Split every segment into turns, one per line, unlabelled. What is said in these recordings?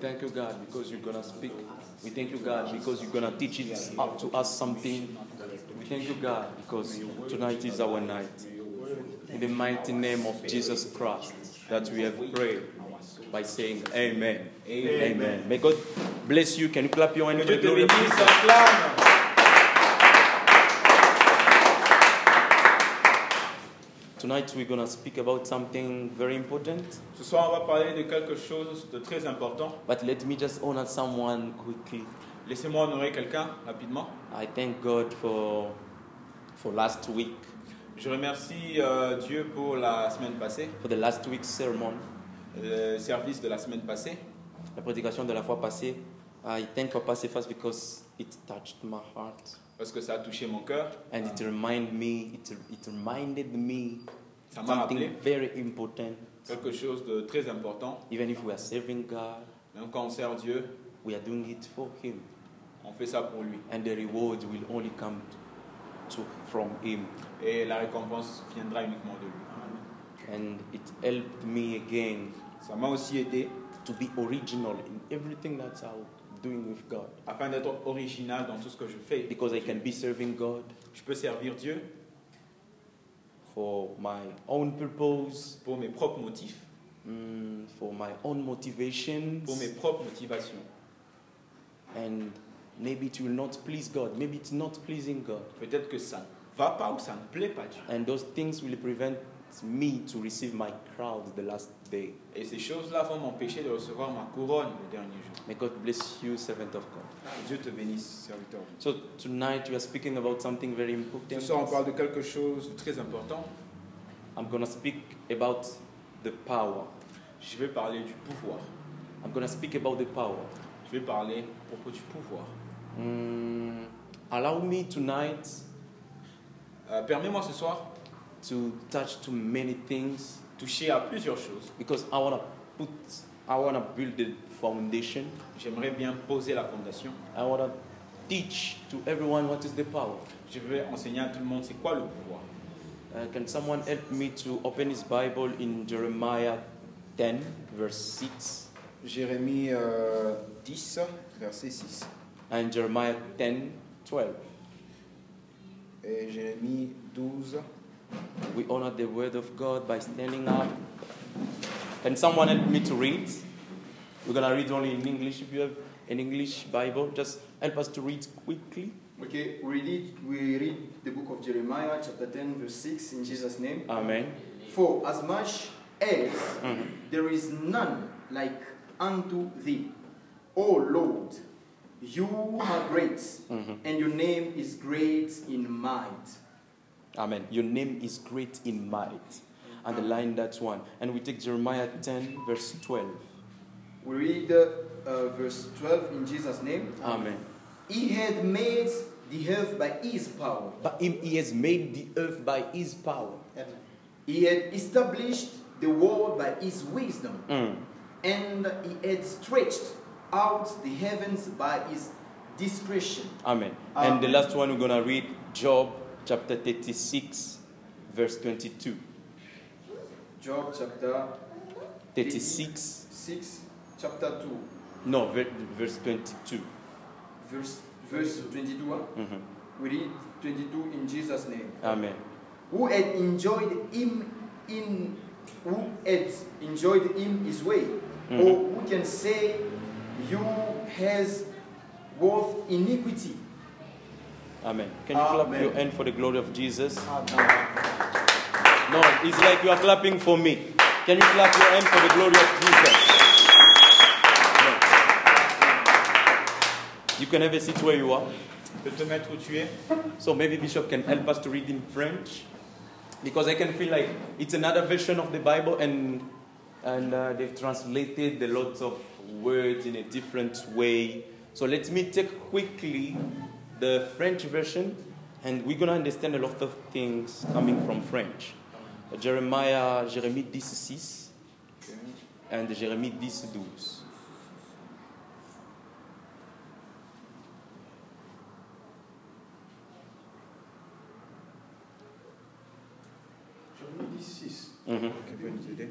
thank you, God, because you're going to speak. We thank you, God, because you're going to teach it up to us something. We thank you, God, because tonight is our night. In the mighty name of Jesus Christ, that we have prayed by saying Amen. Amen. May God bless you. Can you clap your hand
Que
for the
Dieu te
glory of
bénisse,
Jesus?
acclame.
Tonight we're going to speak about something very important,
Ce soir, on va parler de quelque chose de très important.
but let me just honor someone quickly.
Laissez-moi honorer quelqu'un rapidement.
I thank God for for last week,
Je remercie euh, Dieu pour la semaine passée,
for the last week's sermon,
le service de la semaine passée.
la prédication de la fois passée. I thank Papa Cephas because it touched my heart
parce que ça a touché mon cœur.
and it reminded me it, it reminded me
Ça m'a rappelé
something very important.
quelque chose de très important.
Even if we are serving God,
Même quand on sert Dieu,
we are doing it for Him,
on fait ça pour lui.
and the reward will only come to, from Him.
Et la récompense viendra uniquement de lui.
And it helped me again
Ça m'a aussi aidé
to be original in everything that I'm doing with God,
afin d'être original dans tout ce que je fais.
because I can be serving God
Je peux servir Dieu
for my own purpose,
pour mes propres motifs,
mm, for my own motivations,
pour mes propres motivations.
and maybe it will not please God. Maybe it's not pleasing God,
Peut-être que ça ne va pas ou ça ne plaît pas à Dieu.
and those things will prevent me to receive my crown the last day.
Et ces choses-là vont m'empêcher de recevoir ma couronne le dernier jour.
May God bless you, servant of God.
Dieu te bénisse, serviteur.
So tonight we are speaking about something very
Ce
important.
soir, on parle de quelque chose de très important.
I'm gonna speak about the power.
Je vais parler du pouvoir.
I'm gonna speak about the power.
Je vais parler à propos du pouvoir.
Mm, allow me tonight
Euh, Permets-moi ce soir
to touch too many things
toucher à plusieurs choses.
because I wanna put, I wanna build the foundation.
J'aimerais bien poser la fondation.
I wanna teach to everyone what is the power.
Je vais enseigner à tout le monde c'est quoi le pouvoir.
Uh, can someone help me to open his Bible in Jeremiah 10, verse 6,
Jérémie 10, verset 6.
and Jeremiah 10, 12?
Et Jérémie 12.
We honor the word of God by standing up. Can someone help me to read? We're going to read only in English. If you have an English Bible, just help us to read quickly.
Okay, we read, we read the book of Jeremiah, chapter 10, verse 6, in Jesus' name.
Amen.
For as much as
Mm-hmm.
there is none like unto thee, O Lord, you are great,
Mm-hmm.
and your name is great in might.
Amen. Your name is great in might. And the line that one. And we take Jeremiah 10, verse 12.
We read uh, uh, verse 12 in Jesus' name.
Amen.
He had made the earth by his power,
But him he has made the earth by his power.
he had established the world by his wisdom.
Mm.
and he had stretched out the heavens by his discretion.
Amen.
Amen.
And the last one we're going to read Job chapter 36, verse 22.
Job chapter
36.
6, chapter 2,
No, ver- verse 22.
verse, verse 22. huh?
Mhm.
We read 22 in Jesus' name.
Amen.
Who had enjoyed him in who had enjoyed him his way, or who can say you has worth iniquity.
Amen. Can you clap
Amen.
your hand for the glory of Jesus?
Amen.
No, it's like you are clapping for me. Can you clap your hand for the glory of Jesus? No. You can have a seat where you are.
De te mettre où tu es.
So maybe Bishop can help us to read in French. Because I can feel like it's another version of the Bible and, and uh, they've translated the lots of words in a different way. So let me take quickly the French version and we're going to understand a lot of things coming from French. Jeremiah, Jérémie 10, 6 and Jérémie 10, 12.
Jérémie 10, 6,
Mhm. Mm-hmm.
Qui peut nous aider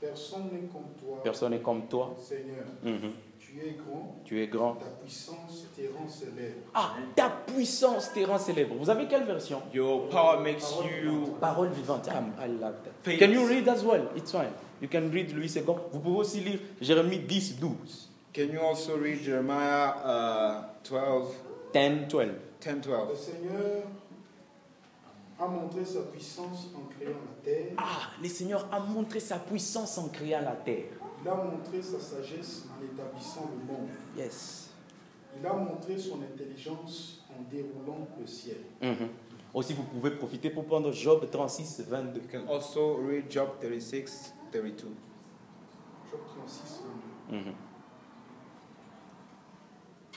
verse Personne n'est comme toi. oh
Personne n'est comme toi.
Seigneur,
Mhm.
tu es grand,
Tu es grand.
ta puissance te rend célèbre.
Ah, ta puissance te rend célèbre. Vous avez quelle version
Your power makes you
Parole vivante. Ah, I love that.
famous.
Can you read as well? It's fine. You can read Louis II. Vous pouvez aussi lire Jérémie 10, 12,
Can you also read Jeremiah uh, 12,
10, 12.
10,
Le
12?
Seigneur a montré sa puissance en créant la terre.
Ah, le Seigneur a montré sa puissance en créant la terre.
Il a montré sa sagesse en établissant le monde.
Yes.
Il a montré son intelligence en déroulant le ciel.
Mhm. Aussi, vous pouvez profiter pour prendre Job 36, 22.
You can also read Job 36, 32.
Job 36,
Mhm.
22.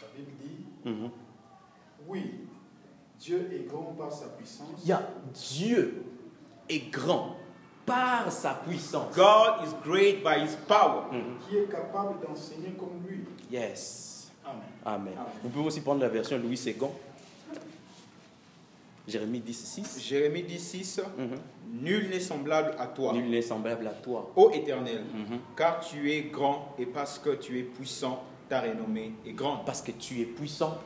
La Bible dit
Mhm.
Oui, Dieu est grand par sa puissance.
Yeah, Dieu est grand par sa puissance.
God is great by his power.
Mhm.
qui est capable d'enseigner comme lui.
Yes.
Amen.
Amen.
Amen.
Vous pouvez aussi prendre la version Louis II. Jérémie 10, 6.
Jérémie 16,
Mm-hmm.
Mhm.
Nul n'est semblable à toi,
Nul n'est semblable à toi.
ô Éternel,
Mhm.
car tu es grand et parce que tu es puissant, ta renommée est grande.
Parce que tu es puissant,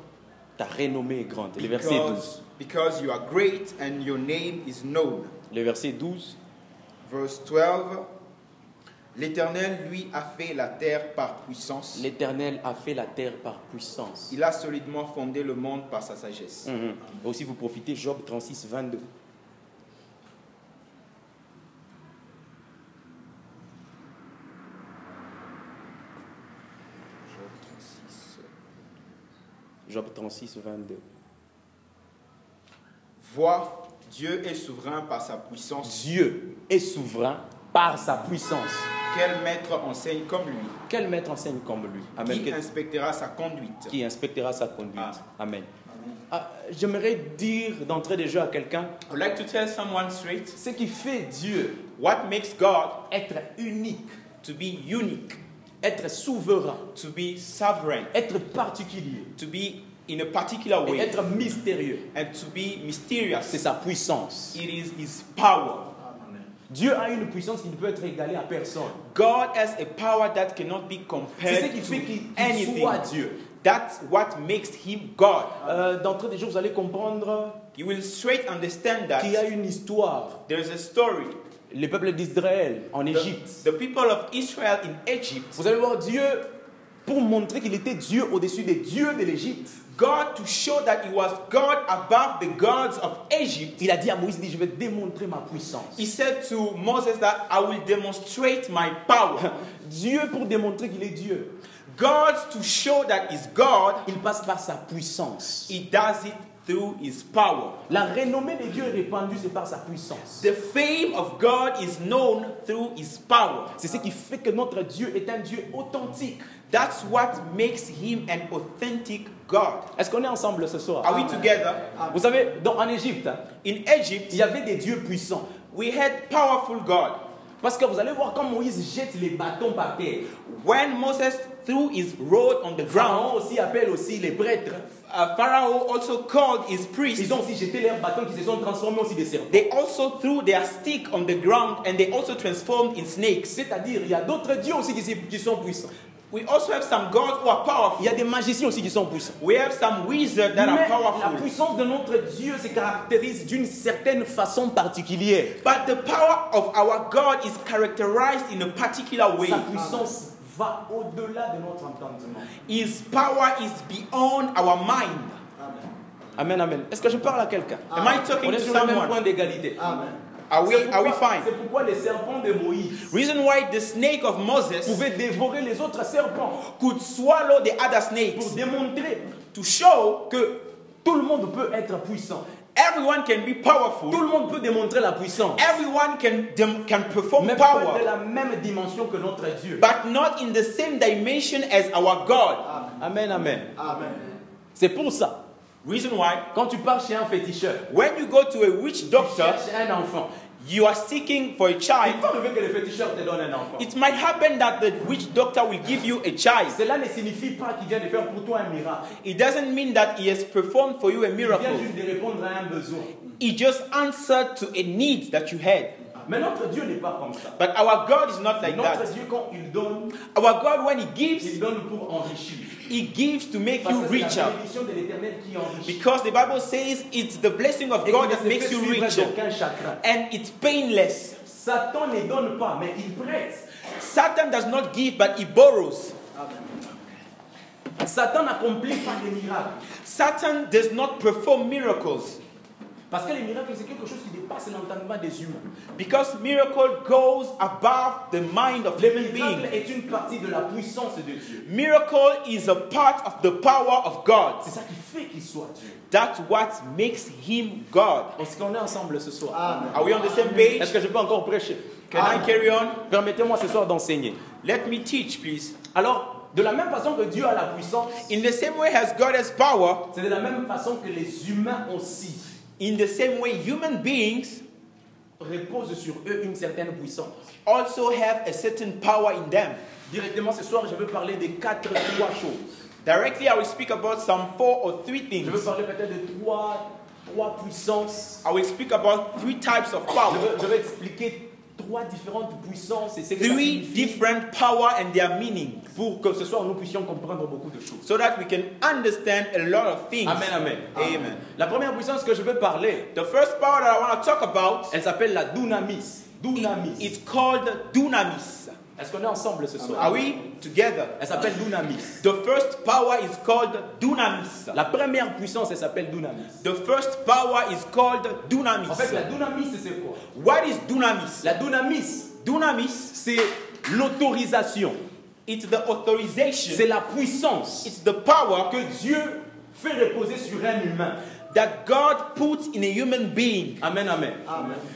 ta renommée est grande. Le verset 12.
Because, because you are great and your name is known.
Le verset 12.
Verse 12. L'Éternel, lui, a fait la terre par puissance.
L'Éternel a fait la terre par puissance.
Il a solidement fondé le monde par sa sagesse.
Mhm. Aussi, vous profitez Job 36, 22.
Job 36.
Job 36, 22.
Vois, Dieu est souverain par sa puissance.
Dieu est souverain par sa puissance.
Quel maître enseigne comme lui
Quel maître enseigne comme lui Amen.
Qui
Que-
inspectera sa conduite
qui inspectera sa conduite.
Ah.
Amen. Ah, J'aimerais dire d'entrée de jeu à quelqu'un
I would like to tell someone straight
ce qui fait Dieu
what makes God
être unique,
to be unique,
être souverain,
to be sovereign,
être particulier
to be in a particular
et
way,
être mystérieux.
and to be
C'est
mysterious.
sa puissance.
It is his power.
Dieu a une puissance qui ne peut être égalée à personne.
God has a power that cannot be
C'est
compared
ce qui fait qu'il
to
qu'il soit
anything.
Dieu.
That's what makes him God.
Euh, d'entrée de jeu, vous allez comprendre
You will straight understand
qu'il y a
that
une histoire.
there is a story.
Les peuples d'Israël en Égypte.
The, the people of Israel in Egypt,
Vous allez voir Dieu pour montrer qu'il était Dieu au-dessus des dieux de l'Égypte.
God to show that he was God above the gods of Egypt.
Il a dit à Moïse, il dit, je vais démontrer ma puissance.
He said to Moses that I will demonstrate my power.
Dieu, pour démontrer qu'il est Dieu,
God to show that he's God,
il passe par sa puissance.
he does it through his power.
La renommée de Dieu est répandue, c'est par sa puissance.
The fame of God is known through his power.
C'est ce qui fait que notre Dieu est un Dieu authentique.
That's what makes him an authentic God.
Est-ce qu'on est ensemble ce soir
Are we together?
Vous savez, dans- en Égypte, hein,
In
il
Egypt,
y avait des dieux puissants.
we had powerful God.
Parce que vous allez voir quand Moïse jette les bâtons par terre.
When Moses threw his rod on the ground,
Pharaon aussi appelle aussi les prêtres.
uh, Pharaoh also called his priests.
Ils ont aussi jeté leurs bâtons qui se sont transformés aussi des serpents.
They also threw their stick on the ground and they also transformed in snakes.
C'est-à-dire, il y a d'autres dieux aussi qui sont- qui sont puissants.
We also have some gods who are
Il y
powerful.
a des magiciens aussi qui sont puissants.
We have some wizards that
Mais la
are powerful.
puissance de notre Dieu se caractérise d'une certaine façon particulière.
But the power of our God is characterized in a particular way.
Sa puissance va au-delà de notre entendement.
His power is beyond our mind.
Amen, amen. Est-ce que je parle à quelqu'un
Am I
Ah. On
talking
est
to
sur le même point
someone?
d'égalité.
Amen.
Are we,
C'est
are we
pourquoi-
fine?
C'est pourquoi les serpents de Moïse
Reason why the snake of Moses
pouvaient dévorer les autres serpents
could swallow the other
pour
snakes
démontrer
to show
que tout le monde peut être puissant.
everyone can be powerful.
Tout le monde peut démontrer la puissance.
Everyone can dem- can perform
Mais pas de
power,
la même dimension que notre Dieu.
but not in the same dimension as our God.
Amen, amen.
Amen.
C'est pour ça,
Reason why?
quand tu pars chez un féticheur,
When you go to a witch
tu
doctor,
cherches un enfant,
you are seeking for a
Il
child.
faut arriver que le féticheur te donne un enfant.
It might happen that the witch doctor will give you a child.
Cela ne signifie pas qu'il vient de faire pour toi un miracle.
It doesn't mean that he has performed for you a
Il vient
miracle.
juste de répondre à un besoin.
He just answered to a need that you had.
Mais notre Dieu n'est pas comme ça.
But our God is not like
notre
that.
Dieu, quand il donne,
Our God, when He
il
gives,
donne pour enrichir.
He gives to make
Parce
you
que c'est la
richer.
bénédiction de l'éternel qui enrichit.
Because the Bible says it's the blessing of
Et
God
qui ne
that
se
makes
fait
you
suivre
richer.
d'aucun chagrin.
And it's painless.
Satan ne donne pas, mais il prête.
Satan does not give, but he borrows.
Satan n'accomplit pas des miracles.
Satan does not perform miracles
Parce que les miracles, c'est quelque chose qui dépasse l'entendement des humains.
because miracle goes above the mind of
Le
living
miracle
being.
est une partie de la puissance de Dieu.
Miracle is a part of the power of
C'est
God.
ça qui fait qu'il soit Dieu.
That's what makes him God.
Est-ce qu'on est ensemble ce soir
Amen.
Are we on the same page?
Est-ce que je peux encore prêcher
Can I carry on?
Ah. Permettez-moi ce soir d'enseigner.
Let me teach, please.
Alors, de la même façon que Dieu a la puissance,
In the same way as God has power,
c'est de la même façon que les humains aussi
in the same way human beings
reposent sur eux une certaine puissance.
also have a certain power in them.
Directement ce soir, je veux parler de quatre, trois choses.
Directly, I will speak about some four or three
Je veux
things.
parler peut-être de trois, trois puissances.
I will speak about three types of
Je
power,
veux, je veux expliquer trois différentes puissances et ce que ça
three
signifie
different power and their meaning,
pour que ce soir nous puissions comprendre beaucoup de choses.
so that we can understand a lot of things.
Amen, amen.
Amen.
La première puissance que je veux parler,
The first power that I want to talk about,
elle s'appelle la dynamis. Dynamis.
it's called dunamis.
Est-ce qu'on est ensemble ce
Are
soir
we together?
Elle s'appelle dynamis.
The first power is called dunamis.
La première puissance, elle s'appelle dynamis.
The first power is called
En fait, la
dunamis.
dynamis, c'est quoi
What is dunamis?
La dynamis,
Dunamis,
c'est l'autorisation,
it's the
c'est
authorization,
la puissance
it's the power
que Dieu fait reposer sur un humain.
that God puts in a human being.
Amen, amen.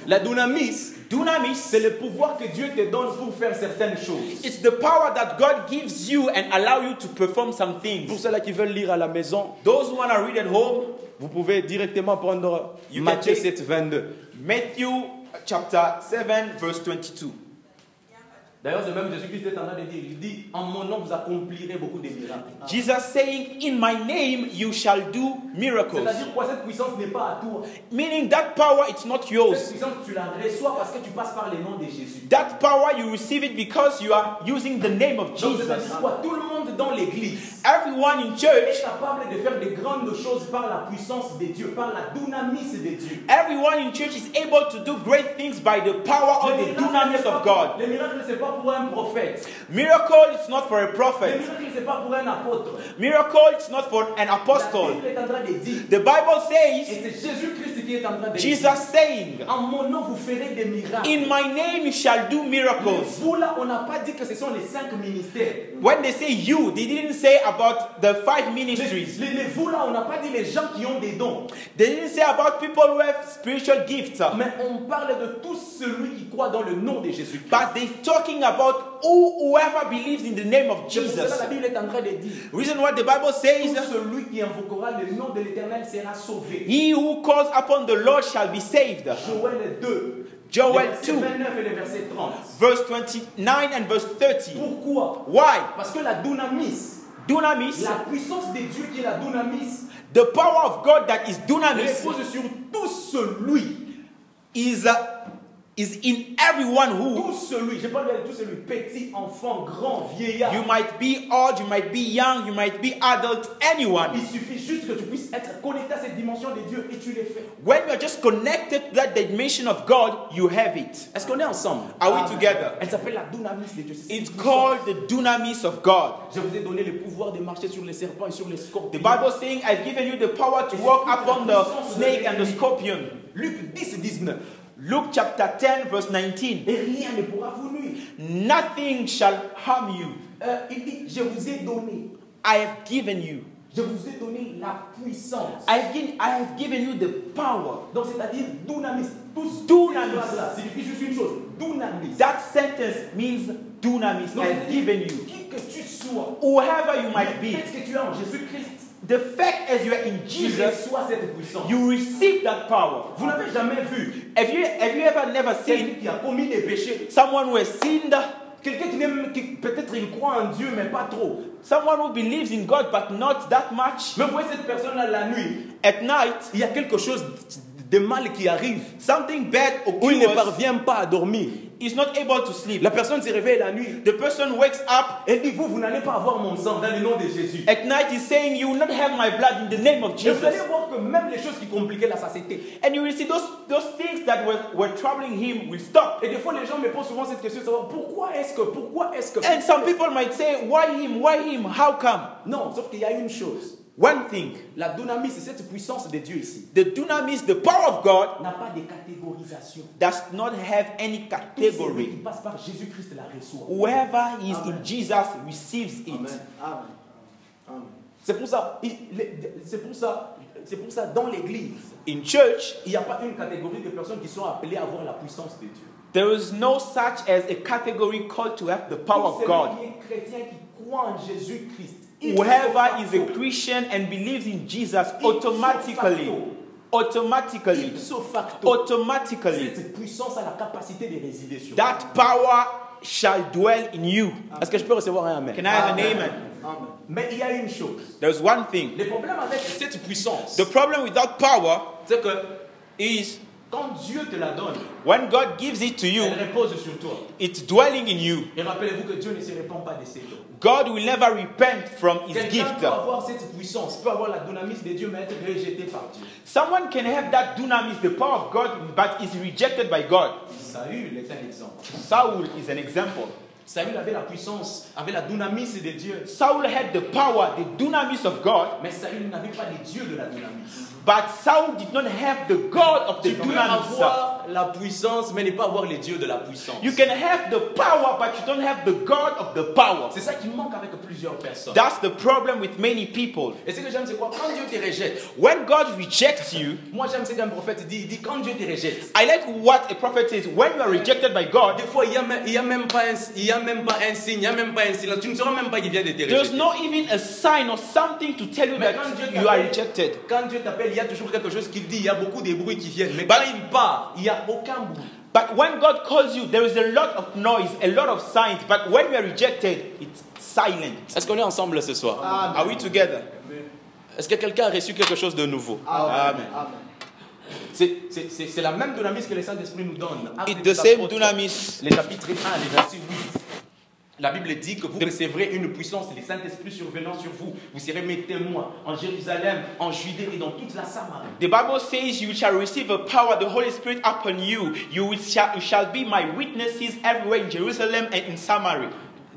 La dynamis, dynamis, c'est le pouvoir que Dieu te donne pour faire certaines choses.
It's the power that God gives you and allow you to perform some
Pour
things.
ceux-là qui veulent lire à la maison,
Those who want to read at home,
vous pouvez directement prendre
You can
Matthieu
take-
7, 22.
Matthew chapter 7 verse 22.
D'ailleurs, c'est même Jésus-Christ est en train de dire, il dit, en mon nom, vous accomplirez beaucoup de miracles.
Jesus saying, "In my name you shall do miracles."
C'est-à-dire quoi Cette puissance n'est pas à toi.
Meaning that power it's not
Cette
yours.
puissance, tu la reçois parce que tu passes par le nom de Jésus.
That power you receive it because you are using the name of
Donc,
Jesus.
c'est-à-dire quoi Tout le monde dans l'église
Everyone in
est
church,
capable de faire de grandes choses par la puissance de Dieu, par la dynamis de Dieu.
everyone in church is able to do great things by the power of the dunamis of God.
Les miracles, c'est pas pour un prophète.
Miracle is not for a
Les
prophet.
miracles, c'est pas pour un apôtre.
Miracle is not for an
La
apostle.
Bible est en train de dire.
The Bible
Et
says,
c'est Jésus-Christ qui est en train de dire.
Jesus saying,
En mon nom, vous ferez des miracles.
In my name you shall do miracles.
Vous là, on n'a pas dit que ce sont les cinq ministères.
When they say you, they didn't say about the five
Les,
ministries.
les- les vous là, on n'a pas dit les gens qui ont des dons.
They didn't say about people who have spiritual gifts.
Mais on parle de tout celui qui croit dans le nom de Jésus-Christ.
But they're talking about who, whoever believes in the name of
C'est pour cela que la
Jesus.
Bible est en train de dire.
Reason what the Bible
Tout
says,
celui qui invoquera le nom de l'Éternel sera sauvé.
He who calls upon the Lord shall be saved.
Joël 2.
Joel
le verset
2.
29 et le verset 30.
Verse 29 and verse 30.
Pourquoi
Why?
Parce que la dunamis,
Dunamis,
la puissance de Dieu qui est la dunamis,
the power of God that is dunamis,
repose sur tout celui,
is, uh, is in everyone who
tout celui, je parle de tout celui, petit, enfant, grand, vieillard.
You might be old, you might be young, you might be adult, anyone.
Il suffit juste que tu puisses être connecté à cette dimension de Dieu et tu l'es fait.
When you're just connected to that dimension of God, you have it.
Est-ce qu'on est ensemble
Are we together?
Elle s'appelle la dunamis de Dieu. C'est
It's
cette
called the dunamis of God.
puissance. Je vous ai donné le pouvoir de marcher sur les serpents et sur les
The
scorpions.
Bible is saying, I've given you the power to walk upon the snake and the scorpion.
Luc 10, 19.
Luke chapter 10, verse 19.
Et rien ne pourra vous nuire.
Nothing shall harm you.
Euh, il dit, je vous ai donné,
I have given you.
je vous ai donné la puissance.
I have, given, I have given you the power.
Donc c'est-à-dire dunamis. Tous
Dunamis.
Cela signifie juste une chose. Dunamis.
That sentence means dunamis. I have given you.
Qui que tu sois,
Whoever you might be,
peut-être que tu es en Jésus-Christ,
The fact is, you are in
tu
Jesus,
reçois cette puissance.
you receive that power.
Vous n'avez jamais vu
Have you, have you ever never
quelqu'un
seen
qui a commis des péchés,
someone who has sinned,
quelqu'un qui, n'aime- qui peut-être il croit en Dieu mais pas trop.
someone who believes in God but not that much?
Mais vous voyez cette personne-là la nuit,
At night,
il y a quelque chose de mal qui arrive,
Something bad
où il ne
occurs.
parvient pas à dormir.
He's not able to sleep.
La personne se réveille la nuit
The person wakes up
et dit, vous, vous n'allez pas avoir mon sang dans le nom de Jésus.
at night. He's saying, "You will not have my blood in the name of
Et vous allez
Jesus."
voir que même les choses qui compliquaient la satiété,
And you will see those those things that were, were troubling him will stop.
et des fois les gens me posent souvent cette question, de savoir pourquoi est-ce que, pourquoi est-ce que...
And some people might say, "Why him? Why him? How come?"
Non, sauf qu'il y a une chose.
One thing:
La dynamis, c'est cette puissance de Dieu ici,
the dunamis, the power of God,
n'a pas de catégorisation.
does not have
Tout
any
celui qui
category.
passe par Jésus-Christ la reçoit.
Whoever is in
Amen.
Jesus receives it.
Amen. Amen. Amen.
C'est pour ça, il- les- c'est pour ça, c'est pour ça, dans l'église,
In church,
il n'y a pas une catégorie de personnes qui sont appelées à avoir la puissance de Dieu.
there is no such as a category called to have the power
Tout
of
celui
God.
qui est chrétien, qui croit en Jésus-Christ, il
Whoever
sort
is a
facto,
Christian and believes in Jesus
Ipso
automatically,
facto.
automatically,
ipso facto,
automatically,
cette puissance a la capacité de résider sur vous.
that power shall dwell in you.
Est-ce que je peux recevoir un amen
Can I have an amen?
Amen.
Mais il y a une chose.
There's one thing.
Le problème avec cette puissance,
The problem with that power
c'est que
is
quand Dieu te la donne,
when God gives it to you,
elle repose sur toi.
it's dwelling in you.
Et rappelez-vous que Dieu ne se répand pas de ses dons.
God will never repent from his
Quelqu'un
gift.
peut avoir cette puissance, peut avoir la dynamis de Dieu, mais être rejeté par Dieu.
Someone can have that dunamis, the power of God, but is rejected by God.
Saül est un exemple.
Saul is an example.
Saül avait la puissance, avait la dynamis de Dieu,
Saul had the power, the dunamis of God,
mais Saül n'avait pas le Dieu de la dynamis.
but Saul did not have the God of the
Tu peux
dunamis.
avoir la puissance, mais ne pas avoir le Dieu de la puissance.
You can have the power, but you don't have the God of the power.
C'est ça qui manque avec plusieurs personnes.
That's the problem with many people.
Et ce que j'aime, c'est quoi Quand Dieu te rejette,
When God rejects you,
moi j'aime ce qu'un prophète dit, il dit quand Dieu te rejette,
I like what a prophet says. When you are rejected by
des
God,
fois il n'y a, même- il y a même pas un- il y a même pas un signe, il n'y a même pas un silence, tu ne sauras même pas qu'il vient de te
there's
rejeter.
not even a sign or something to tell you
Mais quand Dieu
that you are
t'appelle,
rejected.
quand Dieu t'appelle, il y a toujours quelque chose qu'il dit, il y a beaucoup de bruits qui viennent, mais
Bah-
quand il part, il n'y a aucun bruit.
But when God calls you, there is a lot of noise, a lot of signs. But when you are rejected, it's silent.
Est-ce qu'on est ensemble ce soir
Are we together?
Est-ce que quelqu'un a reçu quelque chose de nouveau
Amen.
C'est- C'est c'est- c'est la même dynamis que le Saint-Esprit nous donne. Actes
It's
des
the same
Apôtres,
dunamis.
Le chapitre 1, le verset 8. La Bible dit que vous recevrez une puissance, le Saint-Esprit survenant sur vous. Vous serez mes témoins en Jérusalem, en Judée et dans toute la Samarie.
The Bible says, You shall receive a power, the Holy Spirit upon you. You, will, shall, you shall be my witnesses everywhere in Jerusalem and in Samaria.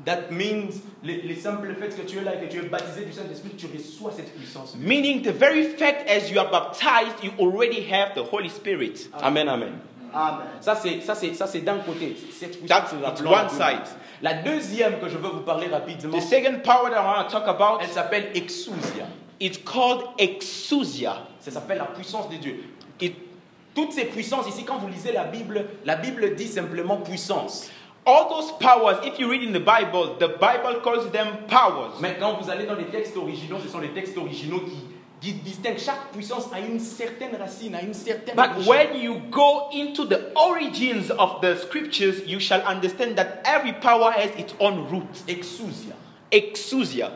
That means, le, le simple fait que tu es là et que tu es baptisé du Saint-Esprit, tu reçois cette puissance.
Meaning, the very fact as you are baptized, you already have the Holy Spirit.
Amen, amen.
Amen.
Ça, c'est, ça, c'est, ça, c'est d'un côté. Cette
That's
puissance, nous
it's
l'appelons la
one
première.
side.
La deuxième que je veux vous parler rapidement,
The second power that I want to talk about,
elle s'appelle exousia.
it's called exousia.
Ça s'appelle la puissance de Dieu. Et toutes ces puissances ici, quand vous lisez la Bible, la Bible dit simplement puissance.
All those powers, if you read in the Bible, the Bible calls them powers.
Mais quand vous allez dans les textes originaux, ce sont les textes originaux qui, qui distinguent chaque puissance à une certaine racine, à une certaine.
But
origine.
when you go into the origins of the scriptures, you shall understand that every power has its own root.
exousia.
Exousia.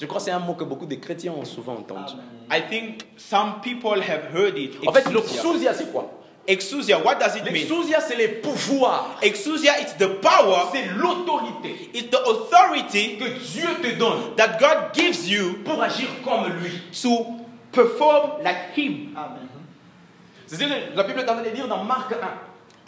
Je crois que c'est un mot que beaucoup de chrétiens ont souvent entendu.
I think some people have heard it.
En fait,
Exousia.
l'exousia, c'est quoi
Exousia, what does it mean?
L'exousia, c'est les pouvoirs.
Exousia is the power,
C'est l'autorité
it's the authority
que Dieu te donne
that God gives you
pour agir comme lui.
to perform like Him.
Amen.
C'est ce que la Bible est en train de dire dans Marc 1.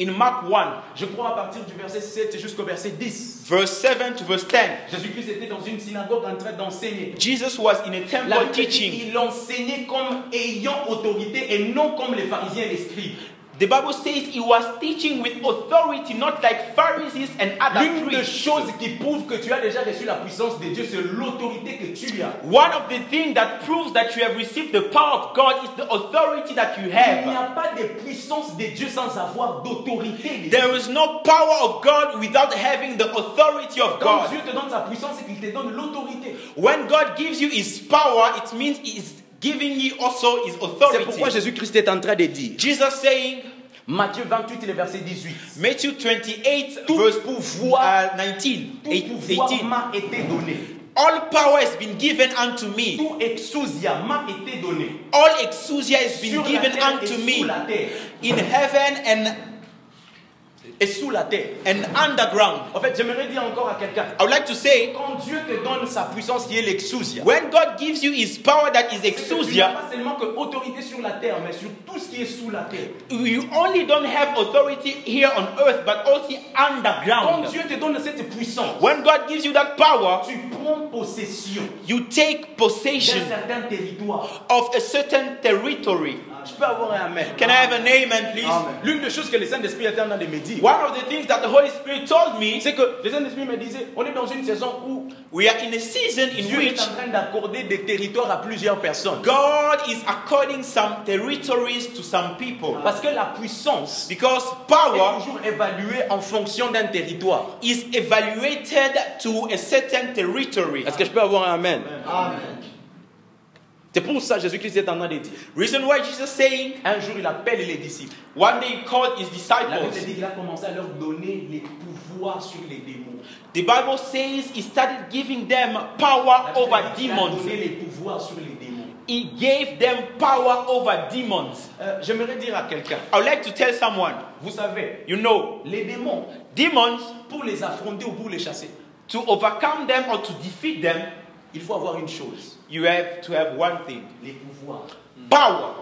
In Mark 1,
Je crois à partir du verset 7 jusqu'au verset 10.
verse 7 to verse 10,
Jésus-Christ était dans une synagogue en train d'enseigner.
Jesus was in a
La
temple
Bible dit,
teaching.
il enseignait comme ayant autorité et non comme les pharisiens et les scribes.
The Bible says he was teaching with authority, not like Pharisees and other
L'une des
priests.
choses qui prouve que tu as déjà reçu la puissance de Dieu, c'est l'autorité que tu as.
One of the things that proves that you have received the power of God is the authority that you
Il n'y
have.
a pas de puissance de Dieu sans avoir d'autorité. de Dieu.
There is no power of God without having the authority of
Quand
God.
Dieu te donne sa puissance, c'est qu'il te donne l'autorité.
When God gives you his power, it means he is giving you also his authority.
Jésus-Christ est en train de dire,
Jesus saying,
Matthieu 28, le verset 18,
Matthew 28,
Tout
verse
pouvoir-
uh, 19,
Tout
eight-
pouvoir
18.
m'a été donné.
All power has been given unto me.
Tout exousia m'a été donné.
All exousia has been
Sur la
given
terre
unto
et
me
sous la terre.
in heaven and,
Et sous la terre.
and underground.
En fait, j'aimerais dire encore à quelqu'un.
I would like to say
Quand Dieu te donne sa puissance qui est l'exousia,
when God gives you his power that is
c'est que tu n'as
exousia,
pas seulement que autorité sur la terre, mais sur tout ce qui est sous la terre.
you only don't have authority here on earth but also
Quand
underground.
Dieu te donne cette puissance,
When God gives you that power,
tu prends possession
you take
d'un
possession
certain territoire.
of a certain territory.
Je peux avoir un amen.
Can I have an amen, please?
Amen. L'une des choses que les Saint-Esprit étaient en train de me dire,
One of the things that the Holy Spirit told me,
c'est que les Saint-Esprit me disaient, on est dans une saison où
we are in a season in
Dieu
which
est en train d'accorder des territoires à plusieurs personnes.
God is according some territories to some people.
Parce que la puissance
Because
est
power
toujours évaluée en fonction d'un territoire.
is evaluated to a certain territory.
Est-ce que je peux avoir un amen
Amen.
C'est pour ça que Jésus-Christ est en train de dire.
Reason why Jesus saying,
Un jour, il appelle les disciples.
one day he called his
La Bible
disciples.
dit qu'il a commencé à leur donner les pouvoirs sur les démons.
The Bible says he started giving them power over
Il a donné
demons.
les pouvoirs sur les démons.
He gave them power over demons.
Euh, J'aimerais dire à quelqu'un,
I would like to tell someone,
vous savez,
you know,
les démons,
demons,
pour les affronter ou pour les chasser,
to overcome them or to defeat them,
il faut avoir une chose,
you have to have one thing
les pouvoirs.
power.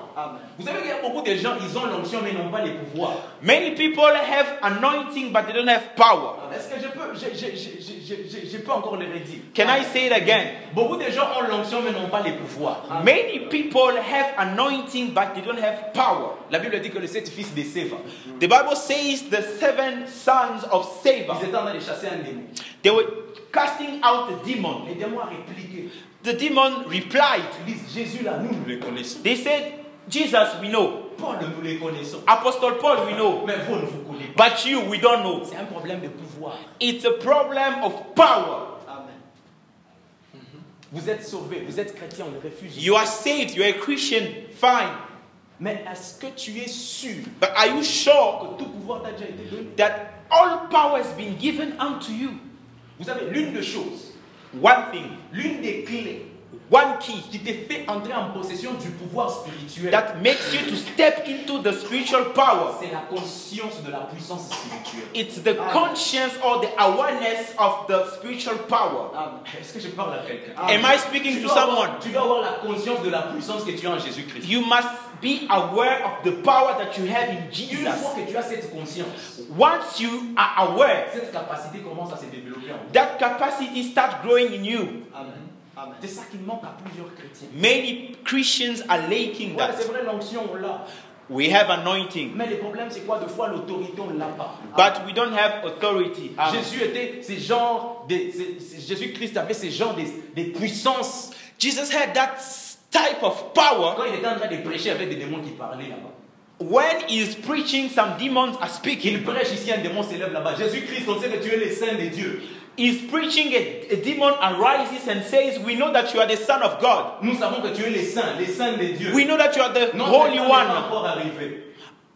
Vous savez qu'il y a beaucoup de gens, ils ont l'onction mais n'ont pas les pouvoirs.
Many people have anointing but they don't have power.
Est-ce que je peux, je, je- je- je- je- je- je peux encore le redire
Can I say it again?
Beaucoup de gens ont l'onction mais n'ont pas les pouvoirs.
Many people have anointing but they don't have power.
La Bible dit que les sept fils de Séva,
The Bible says the seven sons of
ils
Seba,
étaient en train de chasser un démon.
they were casting out the demon.
Les démons a répliqué.
The demon replied.
Lise Jésus là, nous, nous le connaissons.
They said, Jesus, we know.
Paul, nous les connaissons.
Apostle Paul, we know.
Mais vous ne vous connaissez pas.
But you, we don't know.
C'est un problème de pouvoir.
It's a problem of power.
Amen. Mhm. Vous êtes sauvés, vous êtes chrétien, on le refuse.
You are saved, you are a Christian, fine.
Mais est-ce que tu es sûr
But are you sure
que tout pouvoir t'a déjà été donné
that all power has been given unto you?
Vous savez, l'une des choses,
One thing,
l'une des clés
one key
qui te fait entrer en possession du pouvoir spirituel,
that makes you to step into the spiritual power.
c'est la conscience de la puissance spirituelle.
It's the
Ah.
conscience or the awareness of the spiritual power.
Amen. Est-ce que je parle à quelqu'un
Am I
tu
speaking to
dois, avoir,
someone?
tu dois avoir la conscience de la puissance que tu as en Jésus-Christ.
You must be aware of the power that you have in
Une fois
Jesus.
que tu as cette conscience,
Once you are aware,
cette capacité commence à se développer en toi.
that capacity starts growing in you.
Amen. Amen. C'est ça qui manque à plusieurs chrétiens.
Many Christians are lacking
Ouais, c'est
that.
vrai, l'onction, on l'a.
We have anointing,
Mais le problème, c'est quoi Des fois, l'autorité, on ne l'a pas. Ah.
but we don't have authority.
Jésus était ces genres de- ces- ces- Jésus-Christ avait ces genres des, des puissances.
Jesus had that type of power
Quand il était en train de prêcher avec des démons qui parlaient là-bas.
when he is preaching, some demons are
Il
speaking.
prêche ici, un démon s'élève là-bas. Jésus-Christ, on sait que tu es le saint de Dieu.
He's preaching, a, a demon arises and says, We know that you are the Son of God.
Nous savons que tu es le saint, le saint de Dieu.
We know that you are the
non, Satan
Holy
n'est pas
One.
encore arrivé.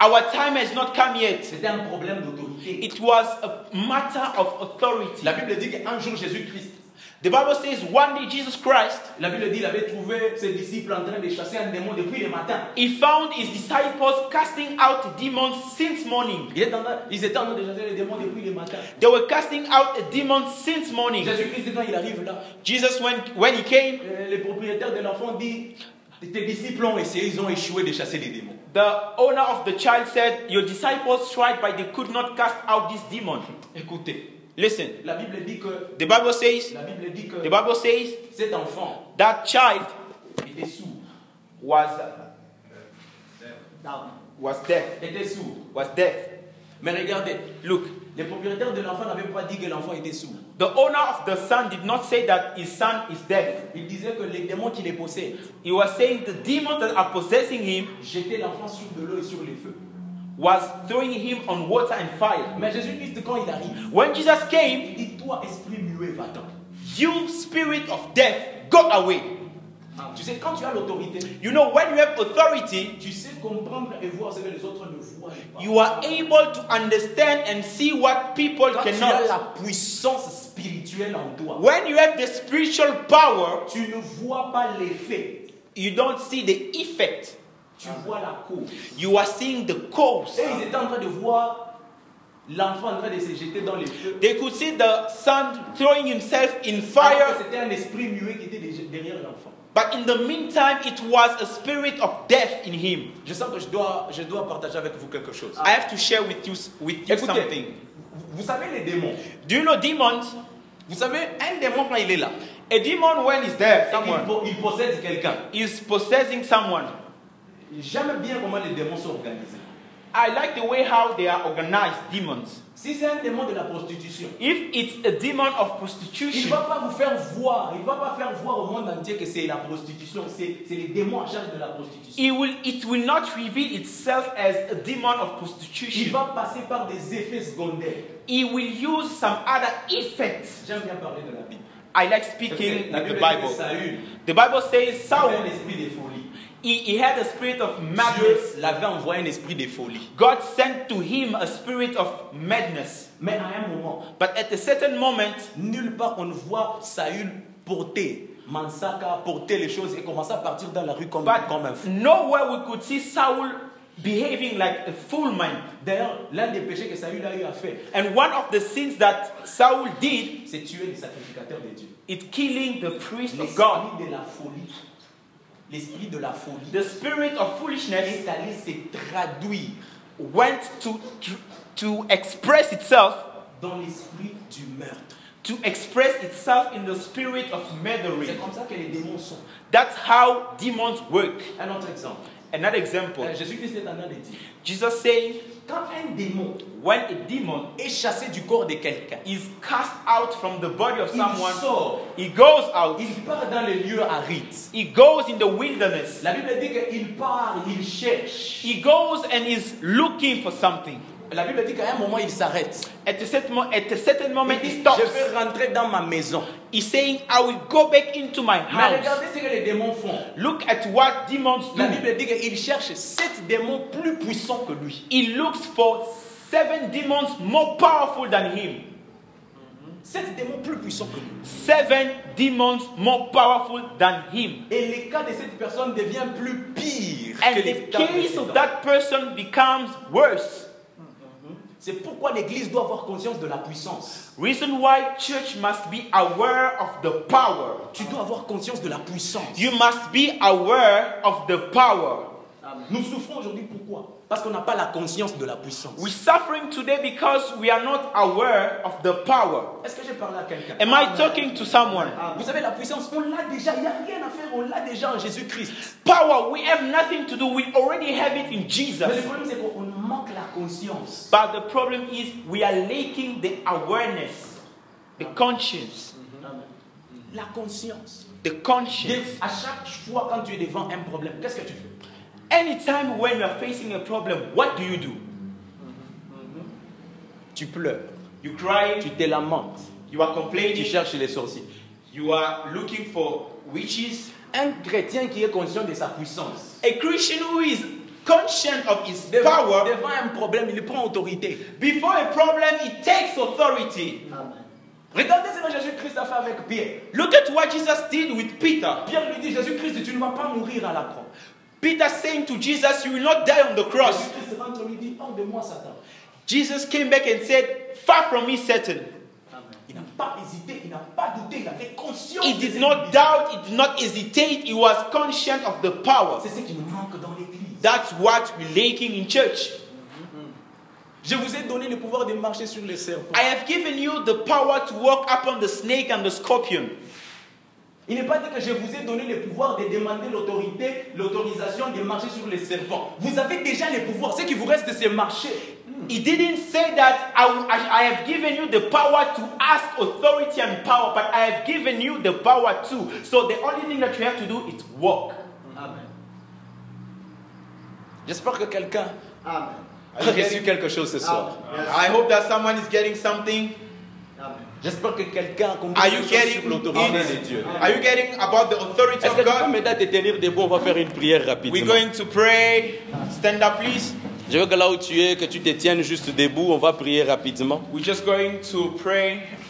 Our time has not come yet.
C'était un problème d'autorité.
It was a matter of authority.
La Bible dit qu'un jour, Jésus-Christ,
The Bible says, One day Jesus Christ,
la Bible dit qu'il avait trouvé ses disciples en train de chasser un démon depuis le matin.
he found his disciples casting out demons since morning.
Il est en train- Ils étaient en train de chasser les démons depuis le matin.
They were casting out a demon since morning.
Jésus-Christ, quand il arrive là,
Jesus, when, when he came,
Euh, Les propriétaires de l'enfant dit tes disciples ont essayé, ils ont échoué de chasser les démons.
the owner of the child said, Your disciples tried, but they could not cast out this demon.
Écoutez,
Listen,
la Bible dit que
the Bible says,
la Bible dit que
the Bible says,
cet enfant
that child
était sourd,
was was deaf
était sourd.
was deaf
Mais regardez,
look
les propriétaires de l'enfant n'avaient pas dit que l'enfant était sourd.
the owner of the son did not say that his son is deaf
Il disait que les démons qui les possèdent
he was saying the demons that are possessing him
jetaient l'enfant sur de l'eau et sur les feux.
was throwing him on water and fire
Mais Jésus-Christ, quand il arrive,
when jesus came
il dit Toi, esprit muet, va-t'en.
you spirit of death go away
Tu sais, quand tu as l'autorité,
you know when you have authority
tu sais comprendre et voir ce que les autres ne voient pas.
you are able to understand and see what people
Quand tu as
cannot
la puissance spirituel en toi,
When you have the spiritual power,
tu ne vois pas l'effet,
you don't see the effect.
tu vois la cause.
You are seeing the cause.
Et ils étaient en train de voir l'enfant en train de se jeter dans les feux.
They could see the son throwing himself in
Alors que
fire,
C'était un esprit muet qui était déjà derrière l'enfant.
but in the meantime, it was a spirit of death in him.
Je sens que je dois, je dois partager avec vous quelque chose.
Ah,
I have to share with you, with you
Écoutez,
something.
vous- vous savez les démons.
Do you know demons?
Vous savez, un démon quand il est là,
A demon, when he's there,
et qu'il
someone
po- il possède quelqu'un.
is possessing someone.
J'aime bien comment les démons sont organisés.
I like the way how they are organized, demons.
Si c'est un démon de la prostitution,
If it's a demon
il
of
ne
prostitution,
va pas vous faire voir, il ne va pas faire voir au monde entier que c'est la prostitution, c'est c'est les démons en charge de la prostitution.
it will, it will not reveal itself as a demon of
Il
prostitution.
va passer par des effets secondaires.
It will use some other effects.
J'aime bien parler de la Bible.
I like
Parce que
speaking
la
with
Bible dit
the
que
Bible.
Saül
The Bible says
avait un
Saul,
esprit de folie.
he, he had a spirit of madness.
Dieu l'avait envoyé un esprit de folie.
God sent to him a spirit of madness.
Mais à un moment,
But at a certain moment,
Nulle part on ne voit Saül porter Mansaka, porter les choses et commencer à partir dans la rue comme,
but
comme un fou.
nowhere we could see Saul behaving like a full man.
D'ailleurs, l'un des péchés que Saül a eu à faire,
And one of the sins that Saul did
c'est tuer les sacrificateurs de Dieu.
is killing the priest of God.
L'esprit de la folie, l'esprit de la folie
The spirit of foolishness
est allé se traduire
went to, to, to express itself,
dans l'esprit du meurtre.
to express itself in the spirit of murdering.
C'est comme ça que les démons sont.
That's how demons work.
Un autre exemple.
Another example,
Euh, Jésus-Christ est en train de dire,
Jesus saying,
quand un démon
when a demon
est chassé du corps de quelqu'un,
is cast out from the body of
il
someone,
sort,
he goes out,
il part dans les lieux arides.
he goes in the wilderness,
La Bible dit qu'il part, il cherche.
he goes and is looking for something.
La Bible dit qu'à un moment, il s'arrête.
At a certain, mo- at a certain moment,
Il
he
dit,
stops.
Je vais rentrer dans ma maison.
He's saying, I will go back into my
Mais
house.
regardez ce que les démons font.
Look at what demons
La
do.
Bible dit qu'il cherche sept démons plus puissants que lui.
He looks for seven demons more powerful than him.
Sept démons plus puissants que lui.
Seven demons more powerful than him.
Et le cas de cette personne devient plus pire que
And
les
the
cas
case of
précédents.
that person becomes worse.
C'est pourquoi l'Église doit avoir conscience de la puissance.
Reason why church must be aware of the power.
Tu dois avoir conscience de la puissance.
You must be aware of the power.
Nous souffrons aujourd'hui pourquoi Parce qu'on n'a pas la conscience de la puissance.
We're suffering today because we are not aware of the power.
Est-ce que j'ai parlé à quelqu'un
Am I talking to someone?
Ah, Vous savez, la puissance, on l'a déjà, il n'y a rien à faire, on l'a déjà en Jésus-Christ.
Power, we have nothing to do. We already have it in
Mais le
Jesus.
problème, c'est qu'on manque la conscience.
But the problem is we are lacking the awareness, the conscience, Mm-hmm.
La conscience.
the
Dès-
conscience.
À chaque fois, quand tu es devant un problème, qu'est-ce que tu fais
Anytime when you are facing a problem, what do you do?
Tu pleures,
You cry,
tu te lamentes,
you are
tu
complaining,
cherches les sorciers.
you are looking for witches.
Un chrétien qui est conscient de sa puissance,
A Christian who is conscious of his
devant,
power,
devant un problème, il prend autorité.
before a problem, he takes authority.
Regardez ce que Jésus-Christ a fait avec Pierre.
Look at what Jesus did with Peter.
Pierre lui dit Jésus-Christ, tu ne vas pas mourir à la croix.
Peter saying to Jesus, You will not die on the cross.
Jésus-Christ rentre lui dit Hors de moi, Satan.
Jesus came back and said, Far from me, Satan.
Il n'a pas hésité, il n'a pas douté, il avait conscience.
He
de
did
ses
not doubt, he did not hesitate, he was conscious of the power.
C'est ce qui nous manque dans l'église.
That's what we're lacking in church.
Je vous ai donné le pouvoir de marcher sur les serpents.
I have given you the power to walk upon the snake and the scorpion.
Il n'est pas dit que je vous ai donné le pouvoir de demander l'autorité, l'autorisation de marcher sur les serpents. Vous avez déjà le pouvoir. Ce qui vous reste, c'est marcher.
He didn't say that I, will- I- I have given you the power to ask authority and power, but I have given you the power too. So the only thing that you have to do is walk.
Amen.
J'espère que quelqu'un
Amen.
a reçu quelque chose ce soir.
Ah, I hope that someone is getting something.
Amen.
J'espère que quelqu'un a compris
Are you
quelque chose
getting
sur l'autorité de
it?
Dieu.
Are you getting about the authority
Est-ce que
of
tu peux
God?
m'aider à te tenir debout On va faire une prière
We're
rapidement.
going to pray. Stand up, please.
Je veux que là où tu es, que tu te tiennes juste debout. On va prier rapidement.
We're just going to pray.